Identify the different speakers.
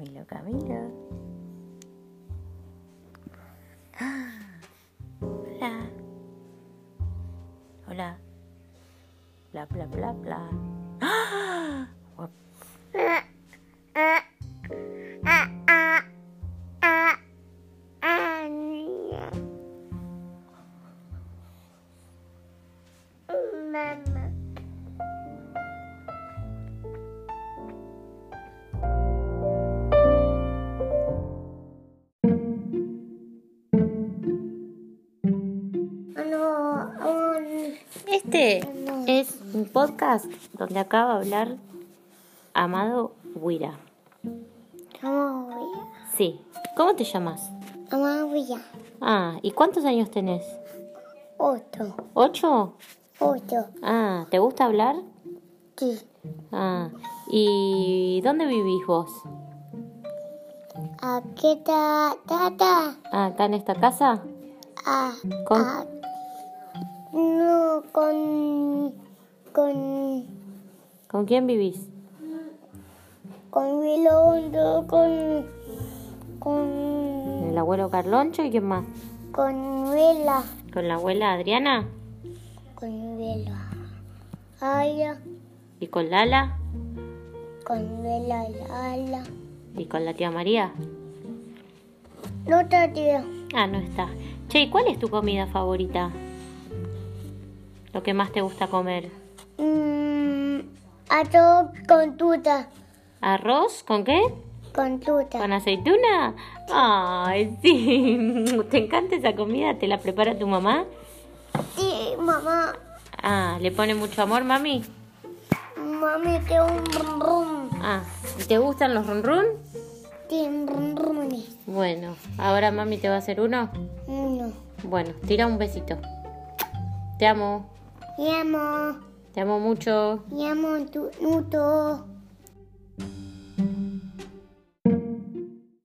Speaker 1: Camila. Ah, hola. Hola. Bla, bla, bla, bla. ¡Ah! Guap-
Speaker 2: Mama.
Speaker 1: Este es un podcast donde acaba de hablar Amado Huira.
Speaker 2: Amavia.
Speaker 1: Sí. ¿Cómo te llamas?
Speaker 2: Amavia.
Speaker 1: Ah, ¿y cuántos años tenés?
Speaker 2: Otro.
Speaker 1: ¿Ocho?
Speaker 2: Otro.
Speaker 1: Ah, ¿te gusta hablar?
Speaker 2: Sí.
Speaker 1: Ah, ¿y dónde vivís vos?
Speaker 2: Aquí ta ta ta.
Speaker 1: Ah, ¿Acá en esta casa?
Speaker 2: Ah,
Speaker 1: Con-
Speaker 2: ah. No con con
Speaker 1: ¿Con quién vivís?
Speaker 2: con Wilondo con con
Speaker 1: ¿Con el abuelo Carloncho y quién más?
Speaker 2: con Vela
Speaker 1: ¿Con la abuela Adriana?
Speaker 2: con Vela. Ala
Speaker 1: ¿Y con Lala?
Speaker 2: con Vela ala.
Speaker 1: ¿Y con la tía María?
Speaker 2: No te digo.
Speaker 1: Ah, no está. Che, ¿y cuál es tu comida favorita? Lo que más te gusta comer.
Speaker 2: Mm, a todo con tuta.
Speaker 1: ¿Arroz? ¿Con qué?
Speaker 2: Con tuta.
Speaker 1: ¿Con aceituna? Ay, sí. ¿Te encanta esa comida? ¿Te la prepara tu mamá?
Speaker 2: Sí, mamá.
Speaker 1: Ah, ¿le pone mucho amor, mami?
Speaker 2: Mami, que un rum rum.
Speaker 1: Ah, ¿y ¿te gustan los run run?
Speaker 2: Sí, un rum rum.
Speaker 1: Bueno, ahora mami te va a hacer uno.
Speaker 2: Uno.
Speaker 1: Bueno, tira un besito. Te amo.
Speaker 2: Llamo,
Speaker 1: Te amo mucho.
Speaker 2: llamo tu nuto.